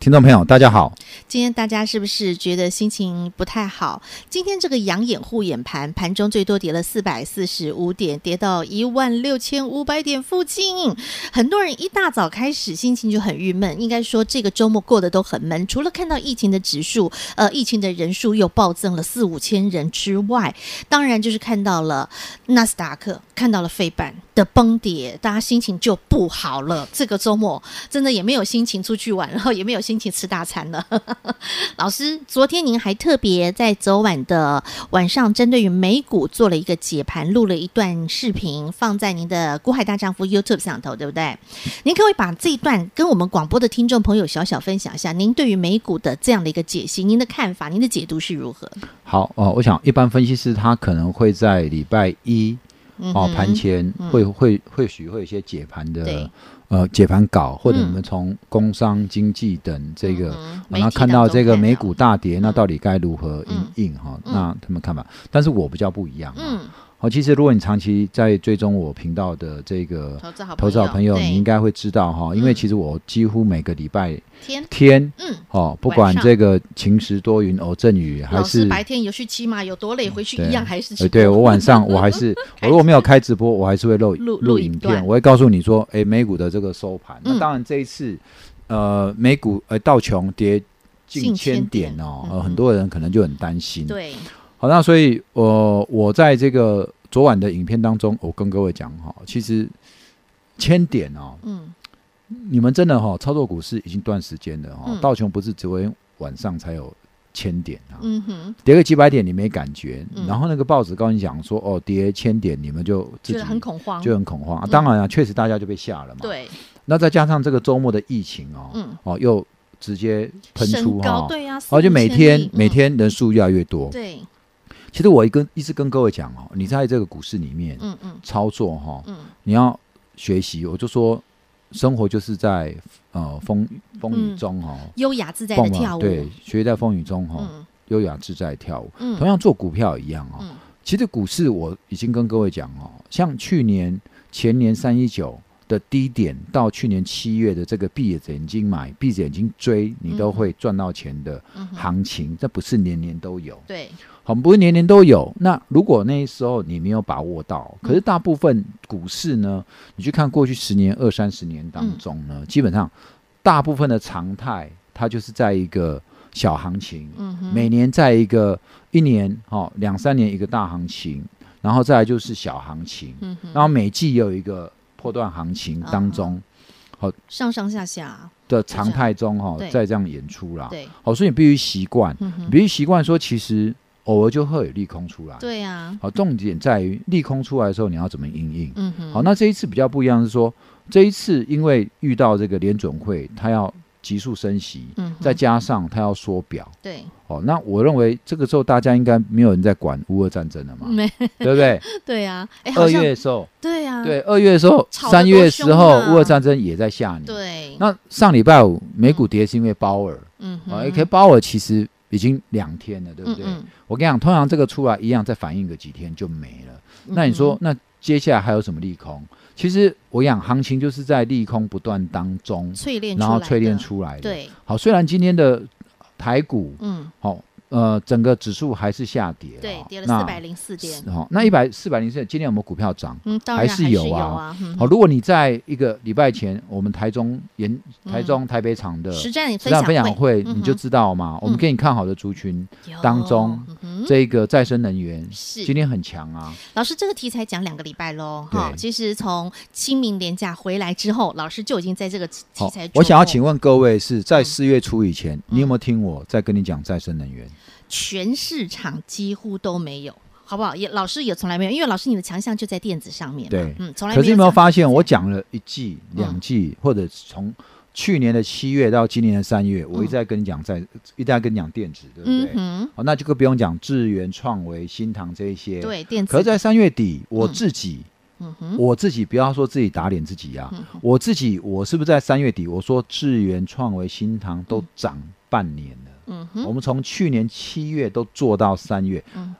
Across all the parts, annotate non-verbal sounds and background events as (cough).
听众朋友大家好。今天大家是不是觉得心情不太好？今天这个养眼护眼盘，盘中最多跌了四百四十五点，跌到一万六千五百点附近。很多人一大早开始心情就很郁闷，应该说这个周末过得都很闷。除了看到疫情的指数，呃，疫情的人数又暴增了四五千人之外，当然就是看到了纳斯达克，看到了费半的崩跌，大家心情就不好了。这个周末真的也没有心情出去玩，然后也没有心情吃大餐了。老师，昨天您还特别在昨晚的晚上，针对于美股做了一个解盘，录了一段视频，放在您的《股海大丈夫》YouTube 上头，对不对？您可不可以把这一段跟我们广播的听众朋友小小分享一下，您对于美股的这样的一个解析，您的看法，您的解读是如何？好哦、我想一般分析师他可能会在礼拜一哦嗯哼盘前会、会会许会有一些解盘对的呃解盘稿，或者嗯我们从工商、经济等这个，嗯哼哦媒体那看到这当个中美看到股大跌，那到底该如何嗯应应哈？嗯那他们看法，但是我比较不一样啊。嗯，哦，其实如果你长期在追踪我频道的这个投资好投资好朋友，对你应该会知道哈，因嗯为其实我几乎每个礼拜天，天嗯，哦，不晚管上这个晴时多云偶阵雨，还老师是白天有去骑马，有多累，回去对一样还是呃，去。对我晚上我还是开我如果没有开直播，我还是会录录录录影影片段，我会告诉你说，哎，美股的这个收盘。嗯那当然这一次，呃，美股呃道琼跌近近千千点点哦，嗯呃，哼很多人可能就很担心。， (laughs) 对，好，那所以呃，我在这个昨晚的影片当中，我跟各位讲哈，其实千点哦，嗯，你们真的哈、操作股市已经段时间了哈、嗯道琼不是昨天晚上才有千点啊，嗯哼，跌个几百点你没感觉，嗯然后那个报纸跟你讲说哦跌千点，你们就觉自己得很恐慌，就很恐慌、啊嗯当然啊，确实大家就被吓了嘛。，对，那再加上这个周末的疫情哦，嗯哦又直接喷升出哈、高，哦，对呀，啊而且每天、 4000例每，天人数越来越多嗯。对，其实我一跟一直跟各位讲哦，你在这个股市里面嗯嗯操作哈、嗯，你要学习，我就说生活就是在呃风风雨中哦，优雅嗯自在的蹦啊跳舞，对，学在风雨中哦，嗯优雅自在地跳舞。嗯，同样做股票一样哦，嗯其实股市我已经跟各位讲哦，像去年前年三一九的低点到去年七月的这个闭着眼睛买、闭着眼睛追，你都会赚到钱的嗯哼行情，这不是年年都有。对，好，不是年年都有。那如果那时候你没有把握到，嗯可是大部分股市呢，你去看过去十年、二三十年当中呢，嗯基本上大部分的常态，它就是在一个小行情，嗯哼，每年在一个一年哦两三年一个大行情，然后再来就是小行情，嗯哼，然后每季也有一个破断行情当中上上下下，的常态中哈、啊对哦，再这样演出啦。对，好，所以你必须习惯，嗯你哼，必须习惯说，其实偶尔就会有利空出来。对呀，好，重点在于利空出来的时候，你要怎么应应。嗯哼，好，那这一次比较不一样是说，这一次因为遇到这个联准会，它要急速升息，嗯哼，再加上它要缩表。对，哦，那我认为这个时候大家应该没有人在管乌俄战争了嘛，没，对不对？对呀，哎，嗯 (laughs) 好二像月的时候，对啊呀，对，二月的时候，吵得三月的时候多凶，啊乌俄战争也在吓你。对，那上礼拜五美股跌是因为鲍尔，嗯啊、哼，可是鲍尔其实已经两天了，对不嗯对？嗯，我跟你讲，通常这个出来一样，再反应个几天就没了。那你嗯说，那接下来还有什么利空？其实我讲行情就是在利空不断当中嗯哼，淬炼，然后淬炼，出来的。，对，好，虽然今天的台股，嗯，好、呃，整个指数还是下跌、哦，对，跌了那四百零四点，好、那一百四百零四，今天有没有股票涨？嗯，当还然是有有啊啊，嗯好、如果你在一个礼拜前，我们台中研嗯台中台北场的实战实分战享分享会，嗯哼你就知道嘛，我们嗯给你看好的族群，有当中，嗯哼这个再生能源是今天很强啊，老师这个题材讲两个礼拜喽，哈。对其实从清明连假回来之后，老师就已经在这个题好材琢磨。，我想要请问各位是在嗯四月初以前，你有没有听我在跟你讲再生能源？全市场几乎都没有，好不好？也老师也从来没有，因为老师你的强项就在电子上面嘛。对嗯，从来没可有。嗯是有没有？发现，我讲了一季、两季，或者从去年的七月到今年的三月，我一直在跟你讲在，一直在跟你讲电子，对不嗯对？哼，哦，那就更不用讲智源、创维、新唐这一些。。对，电可子是，，在三月底，我自己、嗯哼，我自己不要说自己打脸自己啊，嗯我自己我是不是在三月底我说智源、创维、新唐都涨半年了？嗯我哼，们从去年七月都做到三月，嗯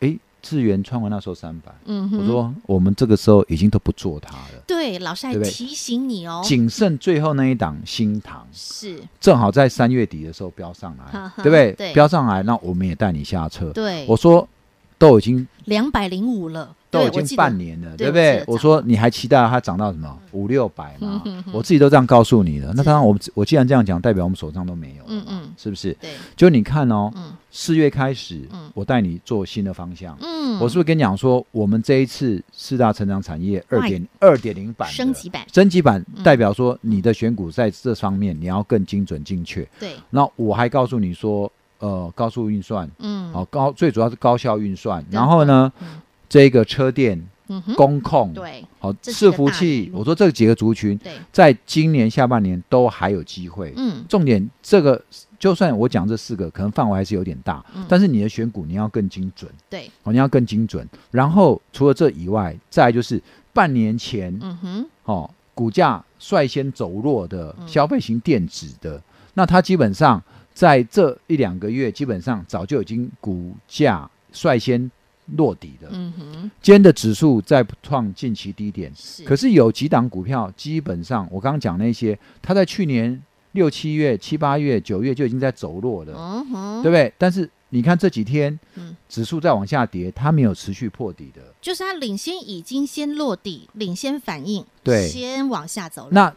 诶，智源、创维那时候三百、嗯哼，我说我们这个时候已经都不做它了。对，老师还对不对提醒你哦，仅剩最后那一档新塘，是，正好在三月底的时候飙上哈来，哈对不对？对飙上来，那我们也带你下车。对，我说都已经两百零五了，都对已我经记半得，年了，对对我记不对得？我说你还期待它涨到什么五六百吗嗯哼？哼我自己都这样告诉你了。那是当然，我们我既然这样讲，代表我们手上都没有了嘛，嗯嗯是不是？对，就你看哦，嗯四月开始嗯，我带你做新的方向。嗯，我是不是跟你讲说，我们这一次四大成长产业二哇点二点零版的升级版升级版嗯代表说你的选股在这方面你要更精准精确。对，那我还告诉你说，呃，高速运算，嗯，好、高最主要是高效运算。对然后呢，嗯这个车电、嗯哼，工控，对好、这几伺个服大领器，域我说这几个族群对，在今年下半年都还有机会。嗯重点，这个就算我讲这四个，可能范围还是有点大，嗯但是你的选股你要更精准，对，哦，你要更精准。然后除了这以外，再来就是半年前，嗯哼，哦，股价率先走弱的嗯消费型电子的，那它基本上在这一两个月，基本上早就已经股价率先落底了。嗯哼，今天的指数再创近期低点，是，可是有几档股票，基本上我刚刚讲那些，它在去年六七月、七八月、九月就已经在走弱了，嗯哼，对不对？但是你看这几天嗯，指数在往下跌，它没有持续破底的。就是它领先已经先落地，领先反应，对先往下走了。那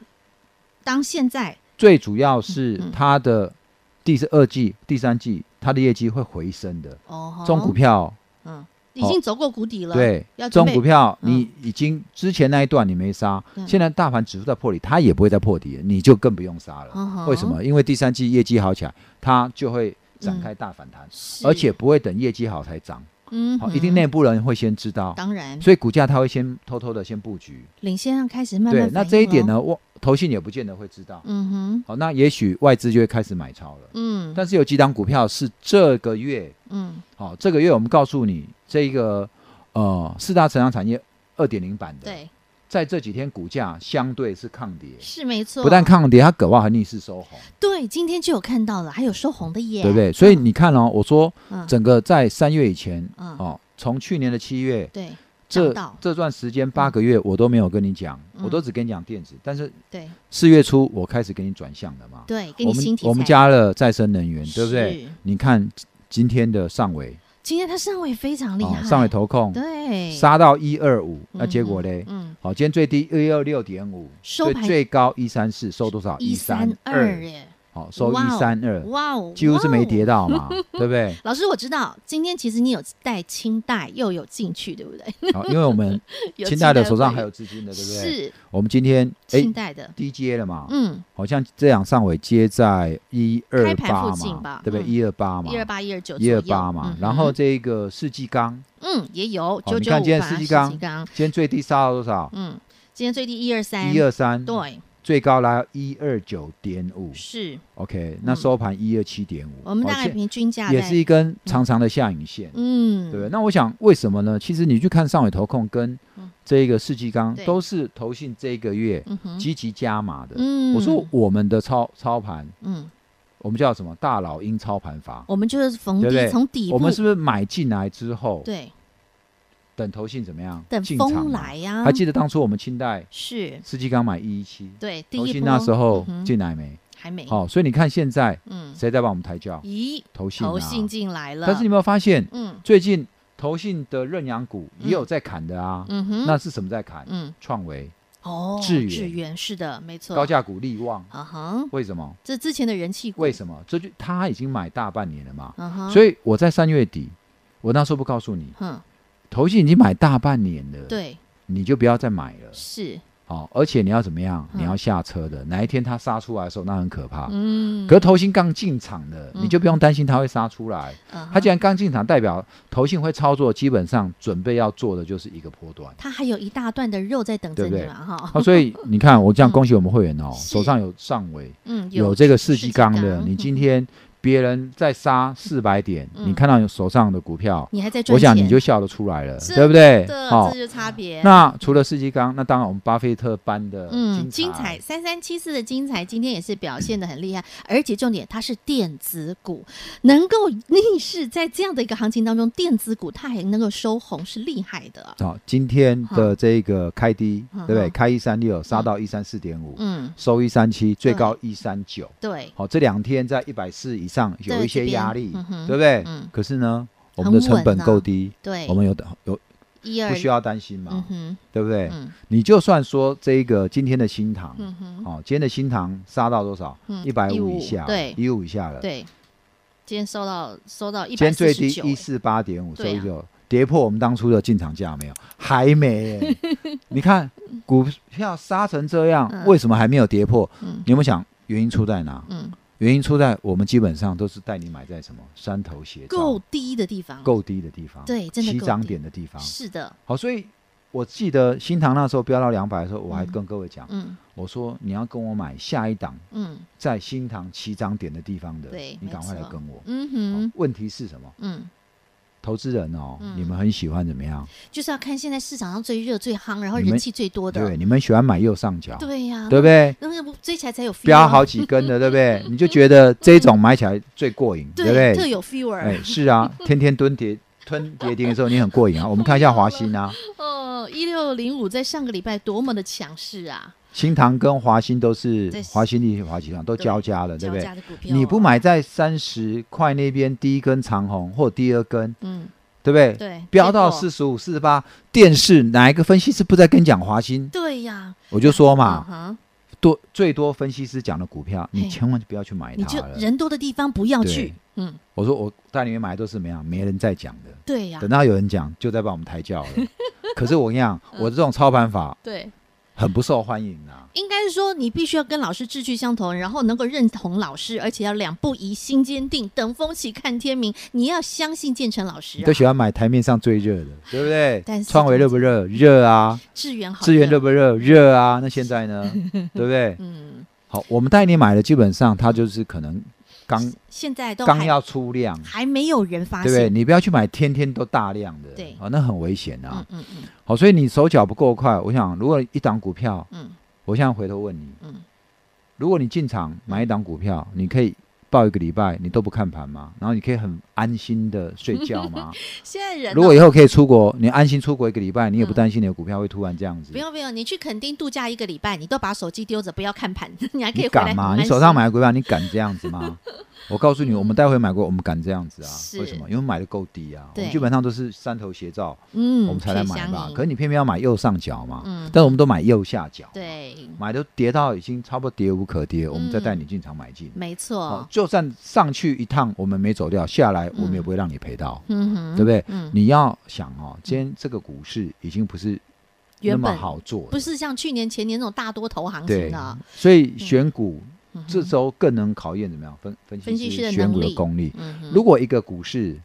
当现在最主要是嗯嗯它的第二季、第三季，它的业绩会回升的。哦吼，这种股票，嗯，已经走过谷底了，对，要这准种备股票嗯你已经之前那一段你没杀，嗯现在大盘指数在破底，它也不会再破底了，你就更不用杀了。嗯哼为什么？因为第三季业绩好起来，它就会展开大反弹，嗯是，而且不会等业绩好才涨，嗯好、哼，一定内部人会先知道，当然，所以股价它会先偷偷的先布局。领先上开始慢慢对，那反应这一点咯，呢，我投信也不见得会知道。嗯哼，好、那也许外资就会开始买超了。嗯但是有几档股票是这个月，嗯，好、哦这个月我们告诉你，这个呃四大成长产业二点零版的，，对，在这几天股价相对是抗跌，是哦没错，不但抗跌，它渴望还逆势收红，对，今天就有看到了，还有收红的耶，对不对？所以你看哦，我说啊嗯？嗯，整个在三月以前，嗯哦，从去年的七月。对涨这到这段时间八个月，我都没有跟你讲，嗯我都只跟你讲电子。但是对四月初我开始给你转向了嘛，对，给我你们新题材。我们加了再生能源，对不对？是？你看今天的上尾，哦今天它上位非常厉害，上尾投控对杀到一二五，嗯那结果嗯嘞？嗯，好，今天最低一二六点五，收最盘最高一三四，收多少？一三二，耶，好，收哇一哦三二，哇哦，几乎是没哇哦跌到 (laughs) 嘛，对不对？老师，我知道今天其实你有带清代，又有进去，对不对？ (laughs) 好，因为我们有清代的手上会还有资金的，对不对？是我们今天哎清代的，低接了嘛，嗯，好像这样上尾接在一二开盘八附近吧嘛，对不对？嗯一二八嘛一，二八、嗯一二九、一二八嘛，然后这个世纪钢嗯，也有好九你九看五今天八、世纪钢钢，今天最低杀到多少？嗯，今天最低一二三，一二三，嗯对，最高来一二九点五是，OK，那收盘一二七点五，嗯我们哦大概现平均价也在是一根长长的下影线，嗯，对不对？那我想为什么呢？其实你去看上海投控跟嗯这个世纪钢对都是投信这个月嗯哼，积极加码的。嗯，我说我们的操操盘，嗯，我们叫什么大老鹰操盘法，我们就是逢对不低对从底部，我们是不是买进来之后，对等投信怎么样？等进场嘛风来啊呀，还记得当初我们清代是世纪钢买一一七，对第投一信波那时候嗯哼进来没？还没，好，所以你看现在嗯，谁在帮我们抬轿？咦，投信啊投信进来了，但是你有没有发现嗯最近投信的认养股也有在砍的啊？嗯哼，那是什么在砍？嗯创维、哦，致远远是的，没错，高价股力旺，啊哈，为什么？这之前的人气股为什么？这就他已经买大半年了嘛。啊哈，以所以我在三月底，我那时候不告诉你，哼，投信已经买大半年了，，对，你就不要再买了。是哦，而且你要怎么样？嗯你要下车的。哪一天它杀出来的时候，那很可怕。嗯，啊可是头型刚进场的，你就不用担心它会杀出来。嗯它既然刚进场，代表头型会操作，基本上准备要做的就是一个波段。它还有一大段的肉在等着对不你对们 (laughs) 哈。啊，所以你看，我这嗯样恭喜我们会员哦，是手上有上围，嗯，有这个四世季纪钢的，你今嗯天别人在杀四百点，嗯你看到手上的股票，你还在赚我想你钱就哦笑得出来了，真对不对？的，这就是差别。那除了世纪钢，那当然我们巴菲特般的嗯，精精彩三三七四的精彩，今天也是表现的很厉害，而且重点它是电子股，能够逆势在这样的一个行情当中，电子股它还能够收红，是厉害的。好、今天的这个开低，嗯对不对？嗯开一三六，杀到一三四点五，嗯，收一三七，最高一三九。对，好，这两天在一百四以上有一这些边压力嗯，哼对不对嗯？可是呢，我们的成本很稳啊够低，对，我们有有一二不需要担嗯心嘛，哼，对不对？嗯你就算说这一个今天的新塘，嗯哼，哦，今天的新塘杀到多少嗯？一百150五以下，对一五以下了。对，今天收到收到一今百天四最十低九，哎一四八点五，所对啊以就跌破我们当初的进场价没有？还没耶、 (laughs) 你看股票杀成这样，嗯为什么还没有跌破？嗯你有没有想原因出在哪？嗯，原因出在我们基本上都是带你买在什么山头斜照够低的地方，够低的地方，对真的起够涨低点的地方。是的，好，所以我记得新塘那时候飙到两百的时候，我还嗯跟各位讲，嗯我说你要跟我买下一档嗯在新塘起涨点的地方的对，你赶快没来错跟我。嗯好哼，问题是什么？嗯。投资人哦，嗯你们很喜欢怎么样？就是要看现在市场上最热、最夯，然后你们人气最多的。对，你们喜欢买右上角，对啊呀、对 (laughs) 不对？那个不追起来才有 feel，标啊好几根的，对不对？你就觉得这种买起来最过瘾，对不特对？有 feel 儿。哎，是啊，天天蹲跌吞跌停的时候，你很过瘾啊。我们看一下华兴啊， (laughs) 哦，一六零五在上个礼拜多么的强势啊，新塘跟华兴都是对华兴力、华兴上都交加了，对交不对加？的股票、啊你不，买在三十块那边第一根长红或第二根，嗯，对不对？对，哎飙到结果四，十五、四十八，电视哪一个分析师不在跟你讲华兴？对呀、我就说嘛嗯，哼，多最多分析师讲的股票，嘿你千万就不要去买你它就了。人多的地方不要对去，嗯，我说我带你们买都是怎么样，没人在讲的，对呀、等到有人讲，就在帮我们抬 (laughs) 轿了。可是我跟你讲，嗯我这种操盘法对，很不受欢迎啊。应该说你必须要跟老师志趣相投，然后能够认同老师，而且要两不疑，心坚定，等风起看天明，你要相信建成老师、你啊都。喜欢买台面上最热的，对不但对？是创维热不热？热啊！志源好，资源热，不热？热啊！那现 (laughs) 在呢？对不对？嗯，好，我们带你买的基本上它就是可能刚现在都刚还要出量，还没有人发对不对？现，你不要去买天天都大量的，对啊，那很危险啊。嗯嗯嗯好，所以你手脚不够快，我想，如果一档股票，嗯我现在回头问你，嗯如果你进场买一档股票，你可以报一个礼拜，你都不看盘吗？然后你可以很安心的睡觉 (laughs) 吗？现在人哦、如果以后可以出国，你安心出国一个礼拜，你也不嗯担心你的股票会突然这样子不，用不用，你去垦丁度假一个礼拜，你都把手机丢着，不要看盘， (laughs) 你还可以你回来敢很吗？安心。你手上买的股票，你敢这样子吗？ (laughs) 我告诉你，我们待会买过，我们敢这样子啊？嗯是为什么？因为买的够低啊，我对们基本上都是山头斜照，嗯，我们才来买水吧乡。可是你偏偏要买右上角嘛，嗯但我们都买右下角，对，买都跌到已经差不多跌无可跌，我们再带你进场买进。嗯没哦错，，就算上去一趟我们没走掉，下来我们也不会让你赔到，嗯哼，对不对？嗯，你要想哦，今天这个股市已经不是那原么本好做的，不是像去年前年那种大多头行情对了。，所以选股嗯哼这周更能考验怎么样分分分析析师的师选股能的力功力。嗯哼，如果一个股市，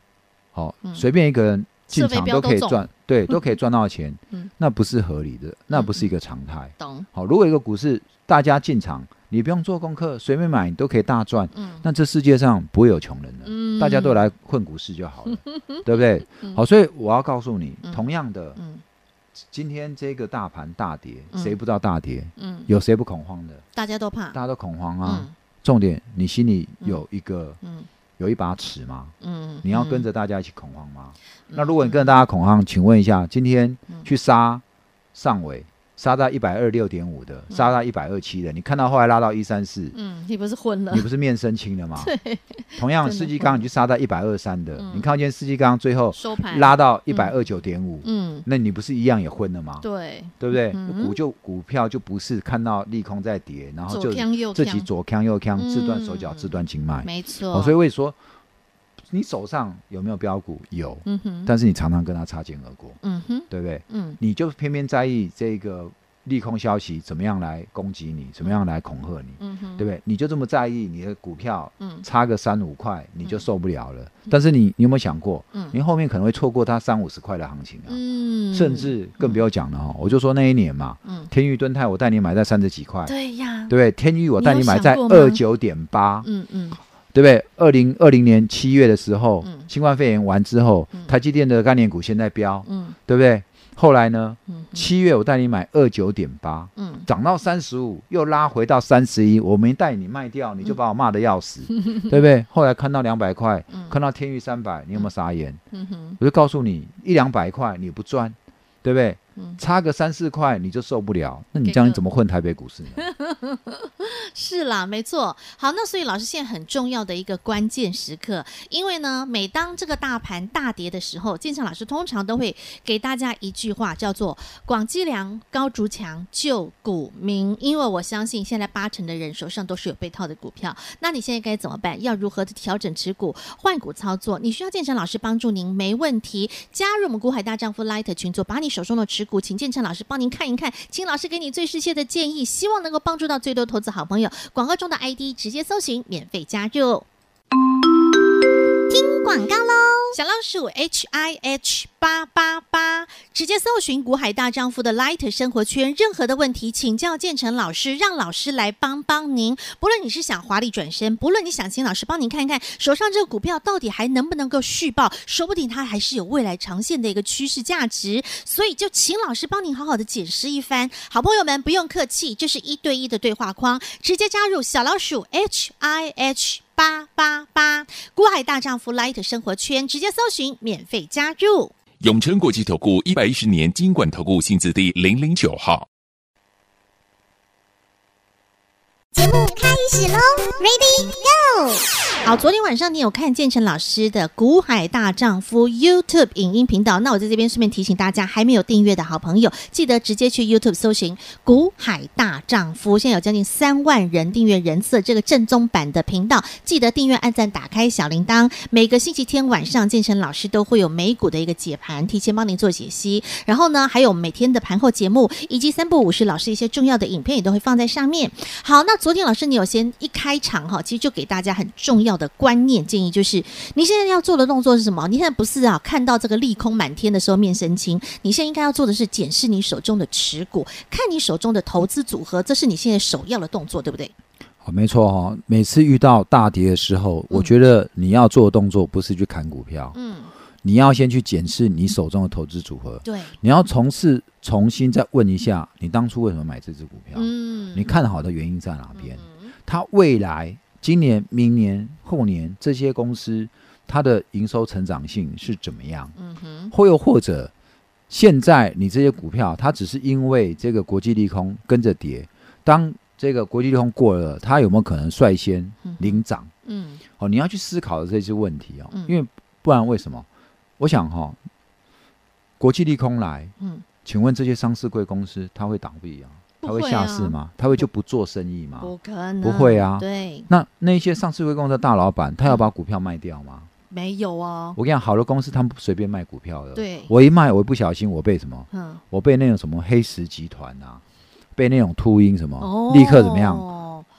好嗯随便一个人进设备场标都可以都中赚，对，都可以赚到钱 (laughs) 嗯，那不是合理的，那不是一个常态。懂，好，如果一个股市大家进场，你不用做功课，随便买你都可以大赚，嗯那这世界上不会有穷人了，嗯，大家都，来混股市就好 (laughs) 了，对不对？好，所以我要告诉你嗯，同样的，嗯今天这个大盘大跌，嗯谁不知道大跌？嗯，有谁不恐慌的？大家都怕大，家都恐慌啊！嗯重点，你心里有一个嗯有一把尺吗？嗯，你要跟着，着大家一起恐慌吗？嗯那如果你跟着大家恐慌，请问一下，今天嗯去杀上尾，杀到一百二六点五的，杀到一百二七的，你看到后来拉到一三四，嗯，你不是混了你，不是面生青了 (laughs) 吗？同样，真的世纪会刚你去杀到一百二三的，嗯你看到今天世纪刚最后收盘，拉到一百二九点五，嗯，那你不是一样也昏了吗？对，对不对？嗯股就股票就不是看到利空在跌，然后左就呛右自己呛左扛右扛，嗯自断手脚，自断经脉。没错，哦，所以我也说，你手上有没有标股？有，嗯哼，但是你常常跟它擦肩而过，嗯哼，对不对？嗯你就偏偏在意这个利空消息怎么样来攻击你，怎么样来恐吓你，嗯哼，对不对？啊你就这么在意你的股票嗯差个三五块，你就受不了了。但是你你有没有想过，嗯你后面可能会错过它三五十块的行情啊，嗯，甚至更不要讲了哦。我就说那一年嘛，嗯，天域敦泰我带你买在三十几块，对呀，对不对？天域我带你买在你有想过二吗九点八，嗯嗯对不对？二零二零年七月的时候，嗯新冠肺炎完之后，嗯台积电的概念股现在飙，嗯对不对？后来呢？嗯七月我带你买二九点八，嗯涨到三十五，又拉回到三十一，我没带你卖嗯掉，你就把我骂的 (laughs) 要死，对不对？后来看到两百块，嗯看到天域三百，你有没有傻眼？嗯哼我就告诉你，一两百块你不赚，对不对？嗯，差个三四块你就受不了，那你给这样个你怎么混台北股市呢？是啦，没错。好，那所以老师现在很重要的一个关键时刻，因为呢，每当这个大盘大跌的时候，建成老师通常都会给大家一句话，叫做“广积粮，高筑墙，救股民”。因为我相信现在八成的人手上都是有被套的股票，那你现在该怎么办？要如何的调整持股、换股操作？你需要建成老师帮助您，没问题。加入我们股海大丈夫 Light 群组，把你手中的持股，请建成老师帮您看一看，请老师给你最适切的建议，希望能够帮助到最多投资好朋友。广告中的 ID 直接搜寻，免费加入。听广告喽，小老鼠 H I H 八八八，直接搜寻“股海大丈夫”的 Light 生活圈，任何的问题请教建成老师，让老师来帮帮您。不论你是想华丽转身，不论你想请老师帮您看看手上这个股票到底还能不能够续报，说不定它还是有未来长线的一个趋势价值。所以就请老师帮您好好的解释一番。好朋友们不用客气，这是一对一的对话框，直接加入小老鼠 H I H。八八八，股海大丈夫 Light 生活圈，直接搜寻免费加入。永诚国际投顾一百一十年金管投顾性质第零零九号。好，昨天晚上你有看建成老师的《股海大丈夫》YouTube 影音频道？那我在这边顺便提醒大家，还没有订阅的好朋友，记得直接去 YouTube 搜寻《股海大丈夫》，现在有将近三万人订阅人次，这个正宗版的频道，记得订阅、按赞、打开小铃铛。每个星期天晚上，建成老师都会有美股的一个解盘，提前帮您做解析。然后呢，还有每天的盘后节目，以及三不五时老师一些重要的影片也都会放在上面。好，那昨天老师你有先一开场哈，其实就给大家很重要的观念建议，就是你现在要做的动作是什么？你现在不是啊，看到这个利空满天的时候面生青，你现在应该要做的是检视你手中的持股，看你手中的投资组合，这是你现在首要的动作，对不对？好，没错哈、哦。每次遇到大跌的时候，我觉得你要做的动作不是去砍股票，嗯，你要先去检视你手中的投资组合，对，你要从事重新再问一下，你当初为什么买这只股票？嗯你看好的原因在哪边？它未来今年、明年、后年这些公司它的营收成长性是怎么样？嗯哼，或又或者现在你这些股票，它只是因为这个国际利空跟着跌，当这个国际利空过了，它有没有可能率先领涨？嗯哦，你要去思考这些问题哦，嗯因为不然为什么？我想哈、哦，国际利空来，嗯，请问这些上市贵公司它会倒闭啊？它不会下啊市吗？它会就不做生意吗？不可能，不会啊对，那那些上市贵公司的大老板，嗯他要把股票卖掉吗？没有哦，我跟你讲，好的公司他们不随便卖股票的。对我一卖，我一不小心我被什么？嗯，我被那种什么黑石集团啊，被那种秃鹰什么，哦，立刻怎么样？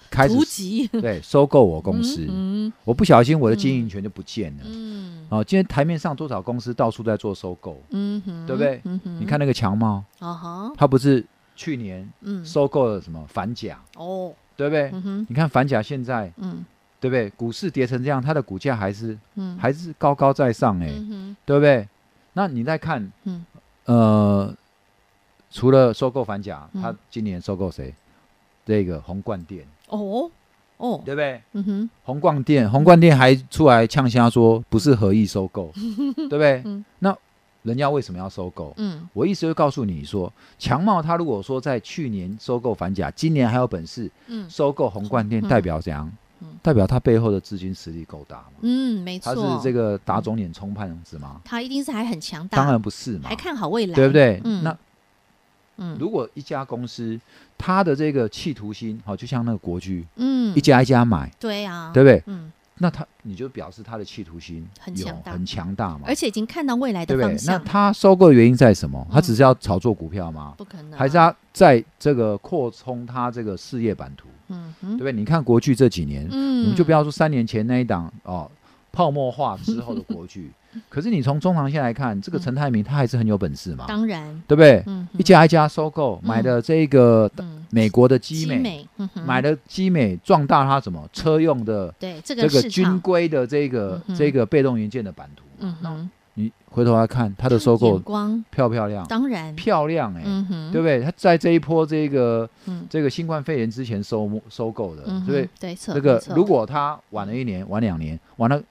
开始图集对收购我公司，嗯我不小心我的经营权就不见了。嗯哦，今天台面上多少公司到处在做收购，嗯哼，对不对嗯哼，你看那个强茂，啊哈，他不是去年嗯，收购了什么反甲，哦，对不对？嗯哼，你看反甲现在嗯对不对？股市跌成这样，它的股价还是嗯，还是高高在上哎、嗯哼，对不对？那你再看，嗯呃，除了收购反甲，嗯他今年收购谁？这个红冠店，哦哦，对不对？嗯哼，红冠店，红冠店还出来呛瞎说不是合意 (laughs) 收购，对不对嗯？那人家为什么要收购？嗯我意思就告诉你说，强茂他如果说在去年收购反甲，今年还有本事嗯收购红冠店，嗯代表怎样嗯？代表他背后的资金实力够大嘛？嗯，没他错，是这个打肿脸充胖子吗？他一定是还很强大，当然不是嘛嗯还，看好未来，对不？对？嗯那嗯如果一家公司哦它的这个企图心，好、就像那个国巨，嗯一，家一家买，对啊，对不对？嗯那他你就表示他的企图心很有强大很强大嘛而，且已经看到未来对的不对方？那向，他收购的原因在什么？他只嗯是要炒作股票吗？不可能啊还是他在这个扩充他这个事业版图，嗯对哼，不对？你看国剧这几年，我嗯们就不要说三年前那一档哦泡沫化之后的 (laughs) 国剧，可是你从中长线来看，这个陈泰明他还是很有本事嘛，当然，对不对？嗯哼，一家一家收购，买的这个嗯美国的基基美，美嗯哼买的基美壮大它什么车用的对这个这个市军场，规的这个嗯哼这个被动元件的版图。嗯哼，你回头来看它的收购眼光漂不漂亮？当然，漂亮哎，嗯哼，对不对？它在这一波这个嗯这个新冠肺炎之前收摸收购的，对嗯不对哼？，对，错这个没错如果它晚了一年、晚两年，完了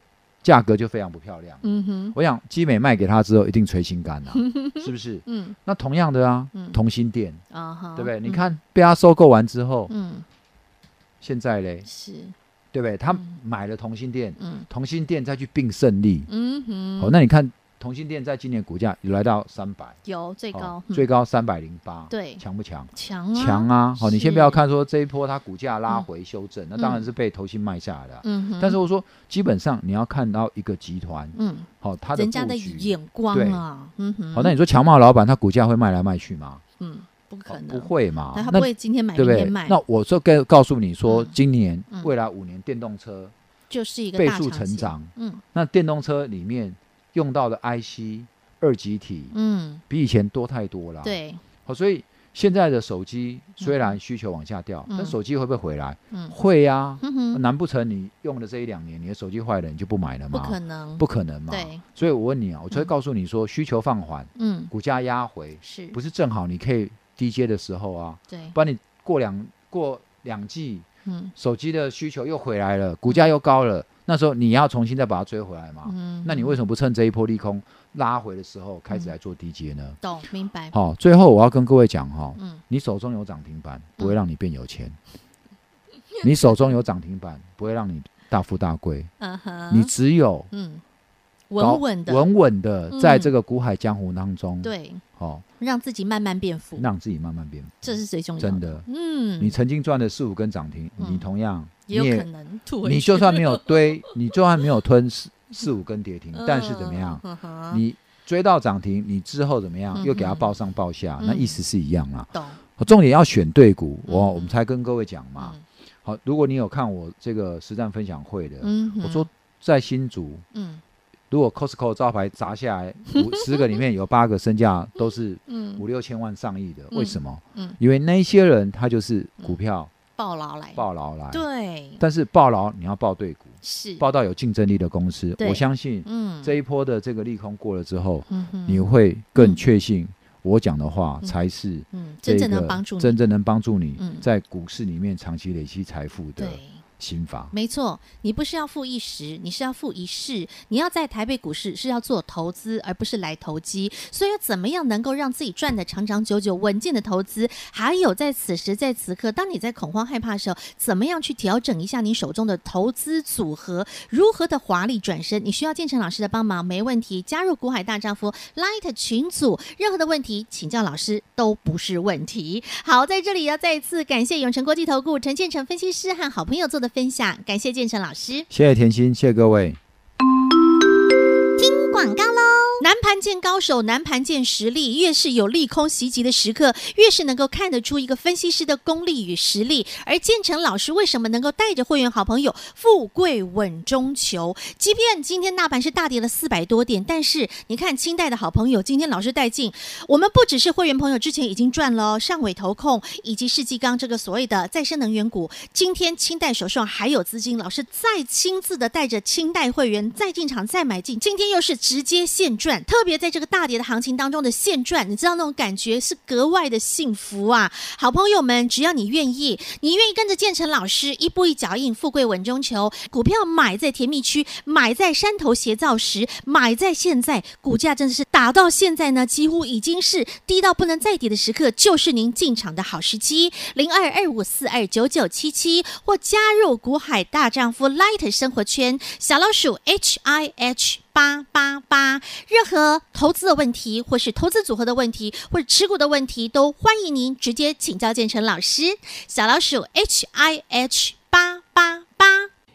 价格就非常不漂亮。嗯哼，我想基美卖给他之后，一定垂心肝了、啊 (laughs) 是不是？嗯那同样的啊嗯，同心店，啊哈，对不对？你嗯，看被他收购完之后，嗯，现在嘞，是，对不对？他嗯买了同心店，嗯同心店再去并胜利。嗯哼，好，那你看同心店在今年股价有来到三百，有最高好，嗯最高三百零八，对强不强？强啊强啊！好，你先是不要看说这一波它股价拉嗯回修正，那当然嗯是被投信卖下来的啊。嗯哼，但是我说，基本上你要看到一个集团，嗯，好，它的人家布的局，眼光对啊，嗯哼，好，那你说强茂老板他股价会卖来卖去吗？嗯，不可哦能，不，会嘛？他那不会今天买对明不对天卖？，那我就跟告诉你说嗯，今年嗯未来五年电动车就是一个倍大数长成线，长，嗯那电动车里面用到的 IC 二极体嗯，比以前多太多了。，啊对，好，哦所以现在的手机虽然需求往下掉，嗯但手机会不会回来？嗯会呀。嗯哼，难不成你用的这一两年，你的手机坏了，你就不买了不吗？可能，不可能嘛。对，所以我问你啊，我才会告诉你说，需求放缓，嗯，股价压回，是，不是是正好你可以低接的时候啊，对，不然你过两过两季，嗯手机的需求又回来了，股价又高了，那时候你要重新再把它追回来嘛？嗯，那你为什么不趁这一波利空拉回的时候开始来做低接呢？懂明白？好、最后我要跟各位讲哈、嗯你手中有涨停板，不会让你变有钱；你手中有涨停板，不会让你大富大贵。嗯哼，你只有嗯搞稳稳的，嗯稳稳的在这个股海江湖当中，，对，好、让自己慢慢变富，让自己慢慢变富。这是最重要真，的，嗯，你曾经赚了四五根涨停，嗯你同样你也有可能吐回去，你就算没有 (laughs) 堆，你就算没有吞四四五根跌停，但是怎么样，嗯？呵呵你追到涨停，你之后怎么样，嗯哼又给它报上报下，嗯那意思是一样啦。懂重点要选对股，嗯我嗯我们才跟各位讲嘛。嗯好，如果你有看我这个实战分享会的，嗯哼，我说在新竹，嗯如果 Costco 招牌砸下来， (laughs) 五十个里面有八个身价都是嗯五六千万、上亿的，嗯为什么？嗯因为那些人他就是股票暴牢来，抱牢来，对，但是抱牢你要抱对股。是，报道有竞争力的公司，对我相信嗯，这一波的这个利空过了之后，嗯哼你会更确信我讲的话嗯才是嗯这真个正能帮助你，真正能帮助你嗯在股市里面长期累积财富的对。心法。没错，你不是要富一时，你是要富一世。你要在台北股市是要做投资，而不是来投机。所以，怎么样能够让自己赚的长长久久、稳健的投资？还有在此时在此刻，当你在恐慌害怕的时候，怎么样去调整一下你手中的投资组合？如何的华丽转身？你需要建成老师的帮忙，没问题。加入股海大丈夫 Light 群组，任何的问题请教老师都不是问题。 (laughs) 好，在这里要再次感谢永诚国际投顾陈建成分析师和好朋友做的分享，感谢建成老师。谢谢甜心，谢谢各位。广告喽！南盘见高手，南盘见实力。越是有利空袭击的时刻，越是能够看得出一个分析师的功力与实力。而建成老师为什么能够带着会员好朋友富贵稳中求？即便今天大盘是大跌了四百多点，但是你看清代的好朋友，今天老师带进，我们不只是会员朋友之前已经赚了哦上尾投控以及世纪钢这个所谓的再生能源股，今天清代手上还有资金，老师再亲自的带着清代会员再进场再买进，今天又是直接现赚，特别在这个大跌的行情当中的现赚，你知道那种感觉是格外的幸福啊！好朋友们，只要你愿意，你愿意跟着建成老师一步一脚印，富贵稳中求，股票买在甜蜜区，买在山头斜照时，买在现在，股价真的是打到现在呢，几乎已经是低到不能再低的时刻，就是您进场的好时机。零二二五四二九九七七，或加入股海大丈夫 Light 生活圈小老鼠 H I H。八八八，任何投资的问题，或是投资组合的问题，或者持股的问题，都欢迎您直接请教建成老师。小老鼠 H I H 八八八。